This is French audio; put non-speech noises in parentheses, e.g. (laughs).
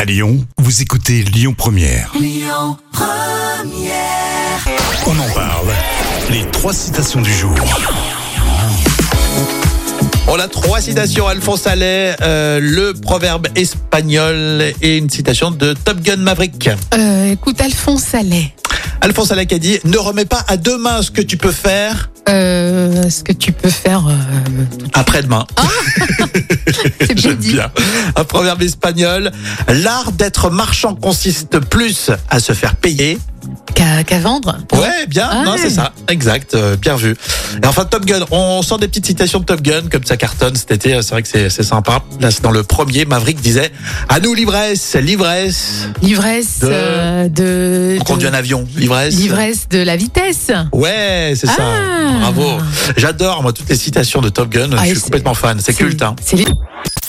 À Lyon, vous écoutez Lyon Première. On en parle. Les trois citations du jour. On a trois citations. Alphonse Allais, euh, le proverbe espagnol et une citation de Top Gun Maverick. Euh, écoute, Alphonse Allais, Alphonse Allais qui a dit Ne remets pas à demain ce que tu peux faire euh, ce que tu peux faire, euh, après-demain. (laughs) c'est bien J'aime dit. bien. Un proverbe espagnol. L'art d'être marchand consiste plus à se faire payer. qu'à qu'à vendre. Ouais, bien. Ouais. Non, c'est ça. Exact. euh, bien vu. Et enfin, Top Gun. On sort des petites citations de Top Gun, comme ça cartonne cet été. C'est vrai que c'est c'est sympa. Là, c'est dans le premier. Maverick disait À nous l'ivresse, l'ivresse. L'ivresse De- euh, de. On conduit un de- avion. L'ivresse. L'ivresse de la vitesse. Ouais, c'est ça. Ah. Bravo. J'adore, moi, toutes les citations de Top Gun. Ah, Je et suis c'est- complètement fan. C'est culte, hein. C'est